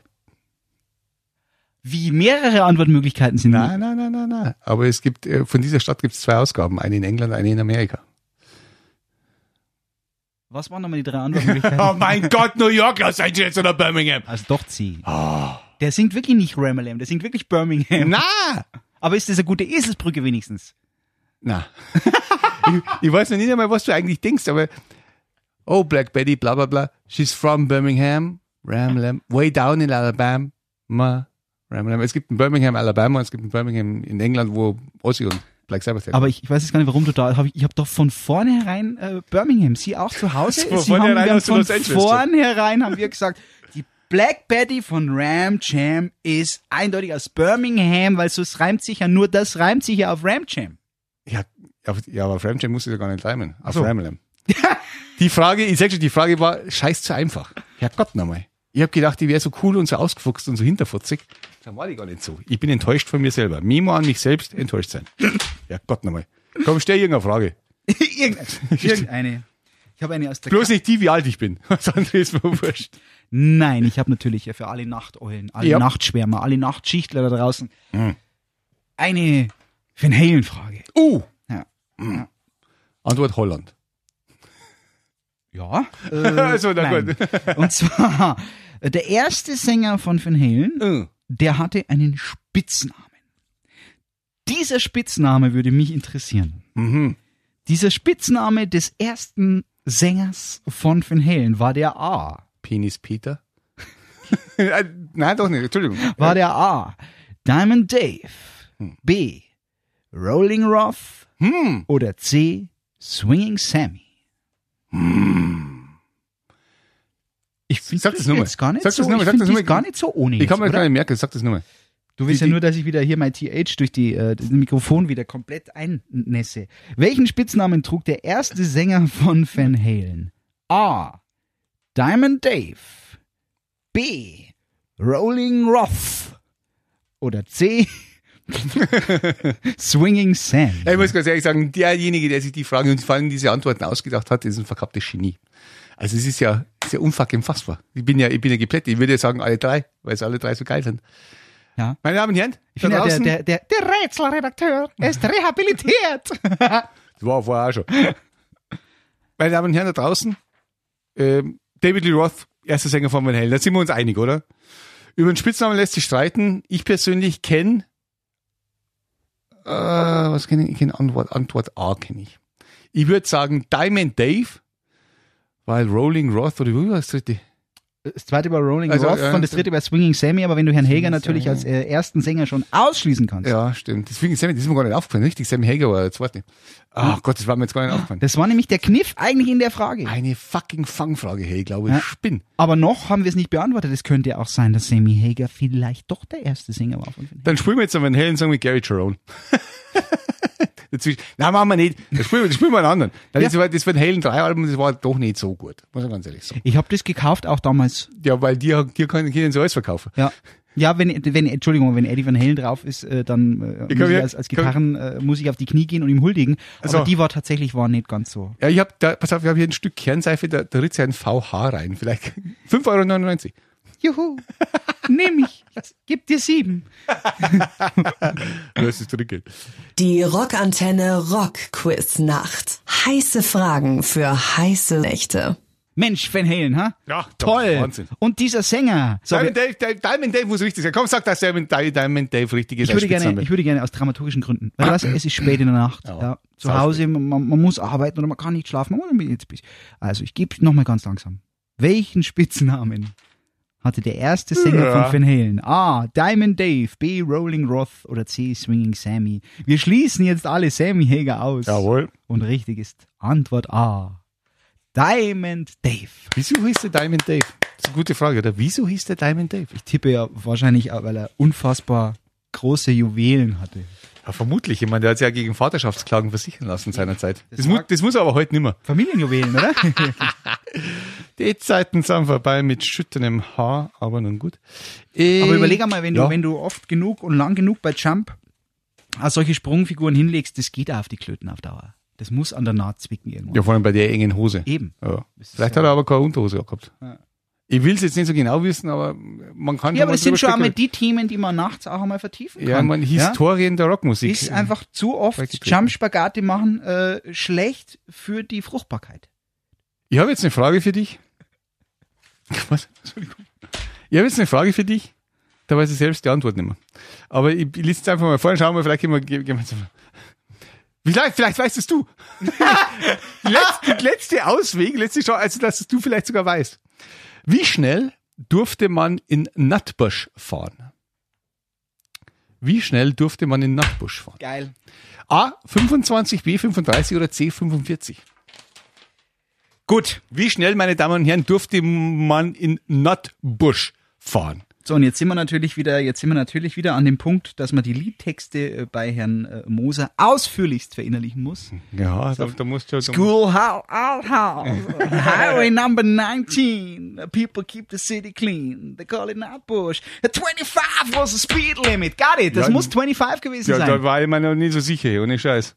[SPEAKER 2] Wie mehrere Antwortmöglichkeiten sind.
[SPEAKER 3] Nein, nein, nein, nein, nein. Aber es gibt, äh, von dieser Stadt gibt es zwei Ausgaben. Eine in England, eine in Amerika.
[SPEAKER 2] Was waren nochmal die drei Antwortmöglichkeiten?
[SPEAKER 3] Oh mein Gott, New York, Los Angeles oder Birmingham.
[SPEAKER 2] Also doch C.
[SPEAKER 3] Ah.
[SPEAKER 2] Der singt wirklich nicht Ramalam, der singt wirklich Birmingham.
[SPEAKER 3] Na!
[SPEAKER 2] Aber ist das eine gute Eselsbrücke wenigstens?
[SPEAKER 3] Na. ich, ich weiß noch nicht einmal, was du eigentlich denkst, aber oh, Black Betty, bla bla bla, she's from Birmingham, Ramlam, way down in Alabama, Ramlam. Es gibt in Birmingham, Alabama, es gibt in Birmingham in England, wo Ozzy und Black Sabbath sind.
[SPEAKER 2] Aber ich, ich weiß jetzt gar nicht, warum du da. Hab ich ich habe doch von vornherein äh, Birmingham. Sie auch zu Hause.
[SPEAKER 3] Von
[SPEAKER 2] Sie haben,
[SPEAKER 3] vornherein
[SPEAKER 2] wir haben
[SPEAKER 3] hast du
[SPEAKER 2] von
[SPEAKER 3] Los Angeles gesagt.
[SPEAKER 2] vornherein haben wir gesagt, die Black Betty von Ram Jam ist eindeutig aus Birmingham, weil so es reimt sich ja nur das reimt sich ja auf Ram Jam.
[SPEAKER 3] ja, auf, ja, aber auf Ramjam musst du ja gar nicht reimen, auf Ramlam. die Frage, ich sag schon, die Frage war scheiß zu einfach. Herrgott nochmal. Ich habe gedacht, die wäre so cool und so ausgefuchst und so hinterfutzig. Dann war die gar nicht so. Ich bin enttäuscht von mir selber. Mimo an mich selbst, enttäuscht sein. Ja, Gott nochmal. Komm, stell irgendeine Frage.
[SPEAKER 2] Irgendeine. Ich habe eine aus der
[SPEAKER 3] Bloß nicht die, wie alt ich bin. Was anderes ist mir wurscht.
[SPEAKER 2] Nein, ich habe natürlich ja für alle Nachteulen, alle
[SPEAKER 3] Ja. Hm.
[SPEAKER 2] Nachtschwärmer, alle Nachtschichtler da draußen eine Van Halen-Frage.
[SPEAKER 3] Uh!
[SPEAKER 2] Ja.
[SPEAKER 3] Antwort Holland.
[SPEAKER 2] Ja. Äh,
[SPEAKER 3] Also, na
[SPEAKER 2] nein. Und zwar, der erste Sänger von Van Halen,
[SPEAKER 3] Äh.
[SPEAKER 2] der hatte einen Spitznamen. Dieser Spitzname würde mich interessieren.
[SPEAKER 3] Mhm.
[SPEAKER 2] Dieser Spitzname des ersten Sängers von Van Halen war der A.
[SPEAKER 3] Penis Peter. Äh, Nein, doch nicht. Entschuldigung.
[SPEAKER 2] War der A. Diamond Dave. B. Rolling Roth.
[SPEAKER 3] Hm.
[SPEAKER 2] Oder C. Swinging Sammy. Ich finde
[SPEAKER 3] Sag das
[SPEAKER 2] das
[SPEAKER 3] nur mal.
[SPEAKER 2] jetzt gar nicht
[SPEAKER 3] Sag das
[SPEAKER 2] so,
[SPEAKER 3] nur mal,
[SPEAKER 2] ich
[SPEAKER 3] sag
[SPEAKER 2] find
[SPEAKER 3] das
[SPEAKER 2] dies
[SPEAKER 3] nur mal.
[SPEAKER 2] gar nicht so ohne
[SPEAKER 3] Ich
[SPEAKER 2] jetzt,
[SPEAKER 3] kann mir das
[SPEAKER 2] oder?
[SPEAKER 3] gar nicht merken. Sag das nur mal.
[SPEAKER 2] Du willst
[SPEAKER 3] Die-
[SPEAKER 2] ja
[SPEAKER 3] die-
[SPEAKER 2] nur, dass ich wieder hier mein TH durch die, äh, das Mikrofon wieder komplett einnässe. Welchen Spitznamen trug der erste Sänger von Van Halen? A. Diamond Dave. B. Rolling Roth. Oder C. Swinging Sam.
[SPEAKER 3] Ja, ich muss ganz ehrlich sagen, derjenige, der sich die Fragen und vor allem diese Antworten ausgedacht hat, ist ein verkapptes Genie. Also es ist ja, ist ja unfucking fassbar. Ich bin ja, ich bin ja geplättet. Ich würde ja sagen, alle drei, weil es alle drei so geil sind.
[SPEAKER 2] Ja.
[SPEAKER 3] Meine Damen und Herren,
[SPEAKER 2] Ich
[SPEAKER 3] da
[SPEAKER 2] finde, ja, der,
[SPEAKER 3] draußen,
[SPEAKER 2] der, der, der Rätselredakteur ist rehabilitiert.
[SPEAKER 3] das war vorher auch schon. Meine Damen und Herren, da draußen, ähm, David Lee Roth, erster Sänger von Van Halen, da sind wir uns einig, oder? Über den Spitznamen lässt sich streiten. Ich persönlich kenne, äh, was kenne ich? Ich kenne Antwort, Antwort A kenne ich. Ich würde sagen Diamond Dave, weil Rolling Roth, oder wie war das dritte?
[SPEAKER 2] Das zweite war Rolling
[SPEAKER 3] Also,
[SPEAKER 2] Roth
[SPEAKER 3] ja,
[SPEAKER 2] und das dritte war Swinging Sammy, aber wenn du Herrn Hager natürlich als äh, ersten Sänger schon ausschließen kannst.
[SPEAKER 3] Ja, stimmt. Hm. Deswegen, Sammy, das ist mir gar nicht aufgefallen. Richtig, Sammy Hager war der zweite. Ach Gott, das war mir jetzt gar nicht aufgefallen.
[SPEAKER 2] Das war nämlich der Kniff eigentlich in der Frage.
[SPEAKER 3] Eine fucking Fangfrage, hey, glaube ich,
[SPEAKER 2] Ja.
[SPEAKER 3] spinn.
[SPEAKER 2] Aber noch haben wir es nicht beantwortet. Es könnte ja auch sein, dass Sammy Hager vielleicht doch der erste Sänger war von
[SPEAKER 3] Dann spielen wir jetzt einen Van Halen Song mit Gary Cherone. Dazwischen. Nein, machen wir nicht. Dann spielen wir, dann spielen wir einen anderen. Dann
[SPEAKER 2] Ja.
[SPEAKER 3] ist, das Van Halen 3 Album, das war doch nicht so gut. Muss ich ganz ehrlich sagen.
[SPEAKER 2] Ich habe das gekauft auch damals.
[SPEAKER 3] Ja, weil dir, dir können Kinder so alles verkaufen.
[SPEAKER 2] Ja. Ja, wenn, wenn, Entschuldigung, wenn Eddie Van Halen drauf ist, äh, dann äh, muss
[SPEAKER 3] Ich glaub,
[SPEAKER 2] ich
[SPEAKER 3] ja,
[SPEAKER 2] als, als
[SPEAKER 3] ich glaub-
[SPEAKER 2] Gitarren äh, muss ich auf die Knie gehen und ihm huldigen.
[SPEAKER 3] Also-
[SPEAKER 2] Aber die war tatsächlich war nicht ganz so.
[SPEAKER 3] Ja, ich hab da, pass auf, ich habe hier ein Stück Kernseife, da, da ritzt ja ein VH rein. Vielleicht 5,99 Euro.
[SPEAKER 2] Juhu, nimm ich, gib dir sieben.
[SPEAKER 3] Du hast es zurückgegeben.
[SPEAKER 1] Die Rockantenne Rock Quiz Nacht. Heiße Fragen für heiße Nächte.
[SPEAKER 2] Mensch, Van Halen, ha?
[SPEAKER 3] Ja,
[SPEAKER 2] toll.
[SPEAKER 3] Wahnsinn.
[SPEAKER 2] Und dieser Sänger. So, wir-
[SPEAKER 3] Diamond Dave, Dave, Diamond Dave muss richtig sein. Komm, sag, dass Diamond, Diamond Dave richtig ist.
[SPEAKER 2] ich würde,
[SPEAKER 3] als
[SPEAKER 2] gerne,
[SPEAKER 3] Spitzname.
[SPEAKER 2] ich würde gerne aus dramaturgischen Gründen. Weil du weißt, es ist spät in der Nacht.
[SPEAKER 3] Ah. Ja,
[SPEAKER 2] Ja,
[SPEAKER 3] sau
[SPEAKER 2] zu Hause, man, man muss arbeiten oder man kann nicht schlafen. Man muss jetzt ein bisschen. Also, ich gebe nochmal ganz langsam. Welchen Spitznamen hatte der erste Sänger
[SPEAKER 3] Ja.
[SPEAKER 2] von Van Halen? A. Diamond Dave, B. Rolling Roth oder C. Swinging Sammy. Wir schließen jetzt alle Sammy Hager aus.
[SPEAKER 3] Jawohl.
[SPEAKER 2] Und richtig ist Antwort A. Diamond Dave.
[SPEAKER 3] Wieso hieß der Diamond Dave? Das ist eine gute Frage, oder? Wieso hieß der Diamond Dave?
[SPEAKER 2] Ich tippe ja wahrscheinlich, auch, weil er unfassbar große Juwelen hatte.
[SPEAKER 3] Ja, vermutlich. Ich meine, der hat sich ja gegen Vaterschaftsklagen versichern lassen seinerzeit. Das,
[SPEAKER 2] Das
[SPEAKER 3] mu
[SPEAKER 2] mag-
[SPEAKER 3] das muss er aber heute nimmer.
[SPEAKER 2] Familienjuwelen, oder?
[SPEAKER 3] Die Zeiten sind vorbei mit schütternem Haar, aber nun gut. Ich-
[SPEAKER 2] Aber überleg einmal, wenn,
[SPEAKER 3] ja.
[SPEAKER 2] du, wenn du oft genug und lang genug bei Jump äh, solche Sprungfiguren hinlegst, das geht auch auf die Klöten auf Dauer. Das muss an der Naht zwicken irgendwann.
[SPEAKER 3] Ja, vor allem bei der engen Hose.
[SPEAKER 2] Eben.
[SPEAKER 3] Ja.
[SPEAKER 2] Das ist
[SPEAKER 3] Vielleicht
[SPEAKER 2] ja-
[SPEAKER 3] hat er aber keine Unterhose gehabt.
[SPEAKER 2] Ja.
[SPEAKER 3] Ich will es jetzt nicht so genau wissen, aber man kann
[SPEAKER 2] Ja, aber das
[SPEAKER 3] drüber
[SPEAKER 2] sind schon einmal
[SPEAKER 3] spekulieren.
[SPEAKER 2] die Themen, die man nachts auch einmal vertiefen kann.
[SPEAKER 3] Ja, man, Historien der Rockmusik.
[SPEAKER 2] Ist einfach zu oft
[SPEAKER 3] Richtig.
[SPEAKER 2] Jump-Spagate machen äh, schlecht für die Fruchtbarkeit.
[SPEAKER 3] Ich habe jetzt eine Frage für dich. Was? Entschuldigung. Ich habe jetzt eine Frage für dich. Da weiß ich selbst die Antwort nicht mehr. Aber ich, ich lese es einfach mal vor und schauen wir, vielleicht gehen wir ge- gemeinsam. Vielleicht, vielleicht weißt es du. die letzte, die letzte Ausweg, letzte Chance, also dass es du vielleicht sogar weißt. Wie schnell durfte man in Nutbush fahren? Wie schnell durfte man in Nutbush fahren?
[SPEAKER 2] Geil.
[SPEAKER 3] A 25, B 35 oder C 45?
[SPEAKER 2] Gut.
[SPEAKER 3] Wie schnell, meine Damen und Herren, durfte man in Nutbush fahren?
[SPEAKER 2] So, und jetzt sind wir natürlich wieder, jetzt sind wir natürlich wieder an dem Punkt, dass man die Liedtexte äh, bei Herrn äh, Moser ausführlichst verinnerlichen muss.
[SPEAKER 3] Ja, da, da musst du ja
[SPEAKER 2] Schoolhouse, outhouse, highway number 19. The People keep the city clean. They call it Nightbush. 25 was the speed limit. Got it. Das
[SPEAKER 3] Ja,
[SPEAKER 2] muss 25 gewesen
[SPEAKER 3] ja, da
[SPEAKER 2] sein.
[SPEAKER 3] war ich mir noch nie so sicher, ohne Scheiß.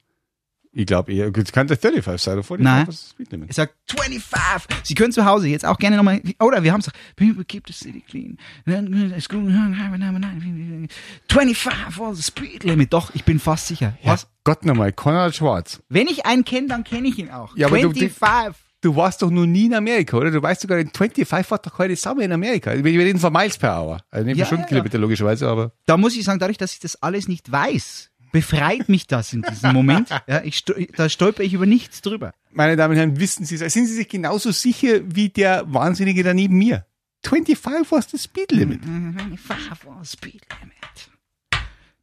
[SPEAKER 3] Ich glaube eher, gut, kann der 35 sein, oder 45,
[SPEAKER 2] Nein.
[SPEAKER 3] was ist das Speedlimit?
[SPEAKER 2] Er sagt 25. Sie können zu Hause jetzt auch gerne nochmal, oder wir haben es People keep the city clean. uh, School, highway number 19. 25 was the speed limit. Doch, ich bin fast sicher. Was?
[SPEAKER 3] Gott nochmal, Konrad Schwarz.
[SPEAKER 2] Wenn ich einen kenne, dann kenne ich ihn auch.
[SPEAKER 3] Ja, aber du-
[SPEAKER 2] 25.
[SPEAKER 3] Du warst doch noch nie in Amerika, oder? Du weißt sogar, in 25 war doch keine Sau in Amerika. Wir wir reden von Miles per Hour. Also nicht
[SPEAKER 2] Ja,
[SPEAKER 3] ja, Stundenkilometer, logischerweise, aber.
[SPEAKER 2] da muss ich sagen, dadurch, dass ich das alles nicht weiß, befreit mich das in diesem Moment. Ja, ich, stol- da stolper ich über nichts drüber.
[SPEAKER 3] Meine Damen und Herren, wissen Sie es? Sind Sie sich genauso sicher wie der Wahnsinnige da neben mir? 25 was das Speedlimit.
[SPEAKER 2] Mhm.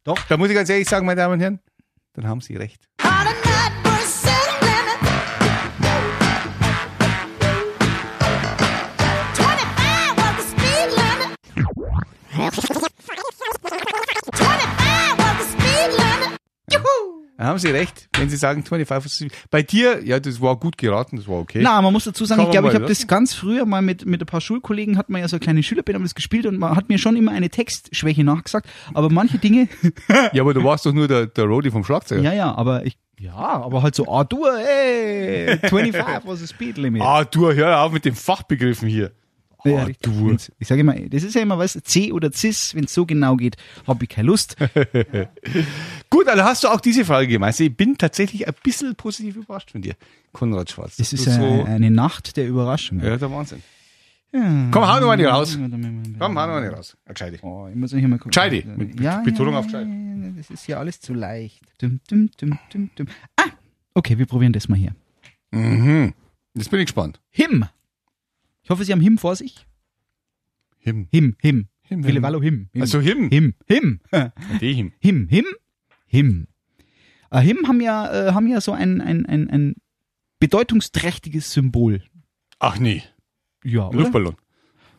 [SPEAKER 2] Doch,
[SPEAKER 3] Da muss ich ganz ehrlich sagen, meine Damen und Herren, dann haben Sie recht. Dann haben Sie recht, wenn Sie sagen 25 was das- Bei dir, ja, das war gut geraten, das war okay.
[SPEAKER 2] na, man muss dazu sagen,
[SPEAKER 3] Kann
[SPEAKER 2] ich glaube,
[SPEAKER 3] man
[SPEAKER 2] ich
[SPEAKER 3] mal,
[SPEAKER 2] habe das ganz früher mal mit, mit ein paar Schulkollegen, hat man ja so kleine Schülerband, haben das gespielt und man hat mir schon immer eine Textschwäche nachgesagt, aber manche Dinge,
[SPEAKER 3] Ja, aber du warst doch nur der, der Roadie vom Schlagzeuger.
[SPEAKER 2] ja, ja, aber ich, ja, aber halt so, ah, du, ey, 25 was the speed limit.
[SPEAKER 3] Ah, du, hör auf mit den Fachbegriffen hier.
[SPEAKER 2] Ja,
[SPEAKER 3] Ah,
[SPEAKER 2] richtig.
[SPEAKER 3] du.
[SPEAKER 2] Wenn's- Ich sage immer, das ist ja immer was, C oder Cis, wenn es so genau geht, habe ich keine Lust.
[SPEAKER 3] Gut, also hast du auch diese Frage gemeint. Ich bin tatsächlich ein bisschen positiv überrascht von dir, Konrad
[SPEAKER 2] Es
[SPEAKER 3] Schwarz. Das
[SPEAKER 2] ist
[SPEAKER 3] ist
[SPEAKER 2] eine,
[SPEAKER 3] so,
[SPEAKER 2] eine Nacht der Überraschung.
[SPEAKER 3] ja, der Wahnsinn. Komm, hau noch eine raus. Komm, hau noch eine raus. Eine Gescheite.
[SPEAKER 2] Oh, ich muss mich mal gucken. Also,
[SPEAKER 3] Gescheide. Mit- mit Betonung auf Gescheide.
[SPEAKER 2] Ja, ja, das ist ja alles zu leicht. Dum, dum, dum, dum, dum. Ah, okay, wir probieren das mal hier.
[SPEAKER 3] Mhm. Jetzt bin ich gespannt.
[SPEAKER 2] Him. Ich hoffe, Sie haben Him vor sich.
[SPEAKER 3] Him.
[SPEAKER 2] Him, him.
[SPEAKER 3] Him,
[SPEAKER 2] Wille
[SPEAKER 3] him.
[SPEAKER 2] Wallo, him. him.
[SPEAKER 3] Also him.
[SPEAKER 2] Him, him.
[SPEAKER 3] Die him.
[SPEAKER 2] Him, him, him. Äh, him haben ja, äh, haben ja so ein, ein, ein, ein bedeutungsträchtiges Symbol.
[SPEAKER 3] Ach nee,
[SPEAKER 2] Ja, oder?
[SPEAKER 3] Luftballon.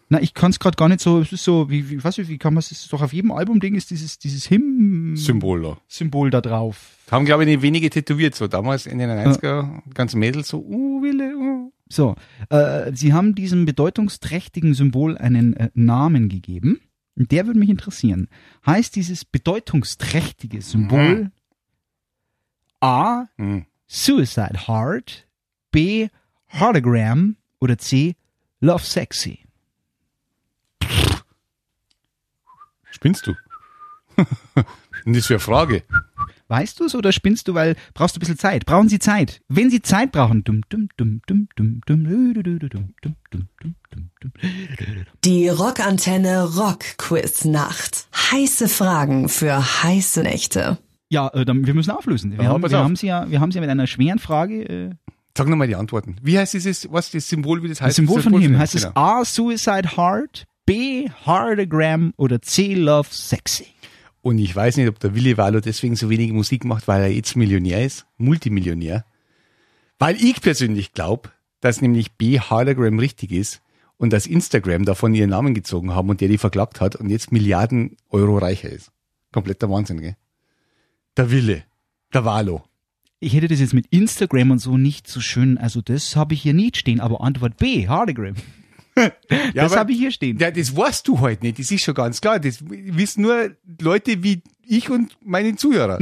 [SPEAKER 2] Na, ich kann es gerade gar nicht so, es ist so, wie, wie, weiß ich, wie kann man es, doch auf jedem Album-Ding ist dieses, dieses Him-Symbol
[SPEAKER 3] Symbol da.
[SPEAKER 2] da drauf.
[SPEAKER 3] Haben, glaube ich, nicht wenige tätowiert, so damals in den 90er, ganz Mädels so, uh, Wille, uh.
[SPEAKER 2] So, äh, sie haben diesem bedeutungsträchtigen Symbol einen äh, Namen gegeben. Und der würde mich interessieren. Heißt dieses bedeutungsträchtige Symbol A,
[SPEAKER 3] Hm.
[SPEAKER 2] Suicide Heart, B, Heartogram oder C, Love Sexy?
[SPEAKER 3] Spinnst du? Nicht für eine Frage.
[SPEAKER 2] Weißt du es oder spinnst du, weil brauchst du ein bisschen Zeit? Brauchen sie Zeit? Wenn sie Zeit brauchen. Dum, dum, dum, dum, dum, dum, dum, dum, dum, dum, dum, dum, dum, dum.
[SPEAKER 1] Die Rockantenne Rock Quiz Nacht. Heiße Fragen für heiße Nächte.
[SPEAKER 2] Ja, äh, dann, wir müssen auflösen. Wir,
[SPEAKER 3] Ja,
[SPEAKER 2] haben,
[SPEAKER 3] pass
[SPEAKER 2] wir,
[SPEAKER 3] auf.
[SPEAKER 2] haben sie ja, wir haben sie ja mit einer schweren Frage. Äh,
[SPEAKER 3] Sag nochmal die Antworten. Wie heißt dieses, was das Symbol, wie das heißt?
[SPEAKER 2] das Symbol von ihm. Heißt es
[SPEAKER 3] genau.
[SPEAKER 2] A, Suicide Heart, B, Heartogram oder C, Love Sexy?
[SPEAKER 3] Und ich weiß nicht, ob der Willi Wallo deswegen so wenig Musik macht, weil er jetzt Millionär ist, Multimillionär. Weil ich persönlich glaube, dass nämlich B Hologram richtig ist und dass Instagram davon ihren Namen gezogen haben und der die verklagt hat und jetzt Milliarden Euro reicher ist. Kompletter Wahnsinn, gell? Der Wille, der Wallo.
[SPEAKER 2] Ich hätte das jetzt mit Instagram und so nicht so schön. Also das habe ich hier nicht stehen. Aber Antwort B, Heartogram. das
[SPEAKER 3] aber-
[SPEAKER 2] habe ich hier stehen.
[SPEAKER 3] Ja, das weißt du heute nicht, das ist schon ganz klar. Das wissen nur Leute wie ich und meine Zuhörer.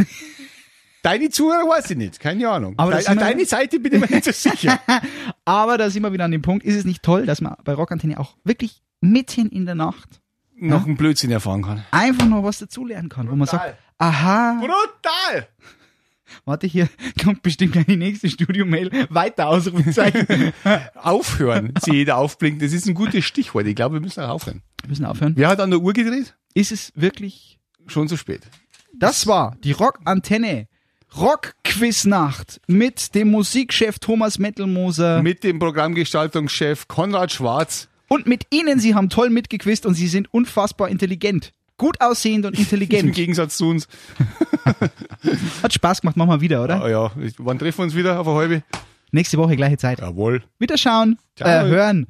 [SPEAKER 3] Deine Zuhörer weiß ich nicht, keine Ahnung.
[SPEAKER 2] Aber
[SPEAKER 3] Dei-
[SPEAKER 2] das
[SPEAKER 3] an
[SPEAKER 2] sind wir-
[SPEAKER 3] deine Seite bin ich mir nicht so sicher.
[SPEAKER 2] Aber da sind wir wieder an dem Punkt, ist es nicht toll, dass man bei Rockantenne auch wirklich mitten in der Nacht
[SPEAKER 3] noch einen Blödsinn erfahren kann.
[SPEAKER 2] einfach noch was dazulernen kann, wo man
[SPEAKER 3] Brutal.
[SPEAKER 2] sagt, aha,
[SPEAKER 3] Brutal!
[SPEAKER 2] warte hier, kommt bestimmt gleich die nächste Studio-Mail, weiter Ausrufezeichen.
[SPEAKER 3] Aufhören, sie jeder aufblinkt. Das ist ein gutes Stichwort. Ich glaube, wir müssen auch aufhören.
[SPEAKER 2] Wir müssen aufhören.
[SPEAKER 3] Wer hat an der Uhr gedreht?
[SPEAKER 2] Ist es wirklich,
[SPEAKER 3] Schon zu spät.
[SPEAKER 2] das war die Rockantenne. Rock-Quiznacht mit dem Musikchef Thomas Mettelmoser
[SPEAKER 3] Mit dem Programmgestaltungschef Konrad Schwarz.
[SPEAKER 2] und mit Ihnen. Sie haben toll mitgequist und Sie sind unfassbar intelligent. Gut aussehend und
[SPEAKER 3] Im
[SPEAKER 2] intelligent.
[SPEAKER 3] Gegensatz zu uns.
[SPEAKER 2] Hat Spaß gemacht, machen wir wieder, oder?
[SPEAKER 3] Ah ja, wann treffen wir uns wieder? Auf eine halbe?
[SPEAKER 2] Nächste Woche gleiche Zeit.
[SPEAKER 3] Jawohl.
[SPEAKER 2] Wiederschauen,
[SPEAKER 3] Ciao.
[SPEAKER 2] äh, hören.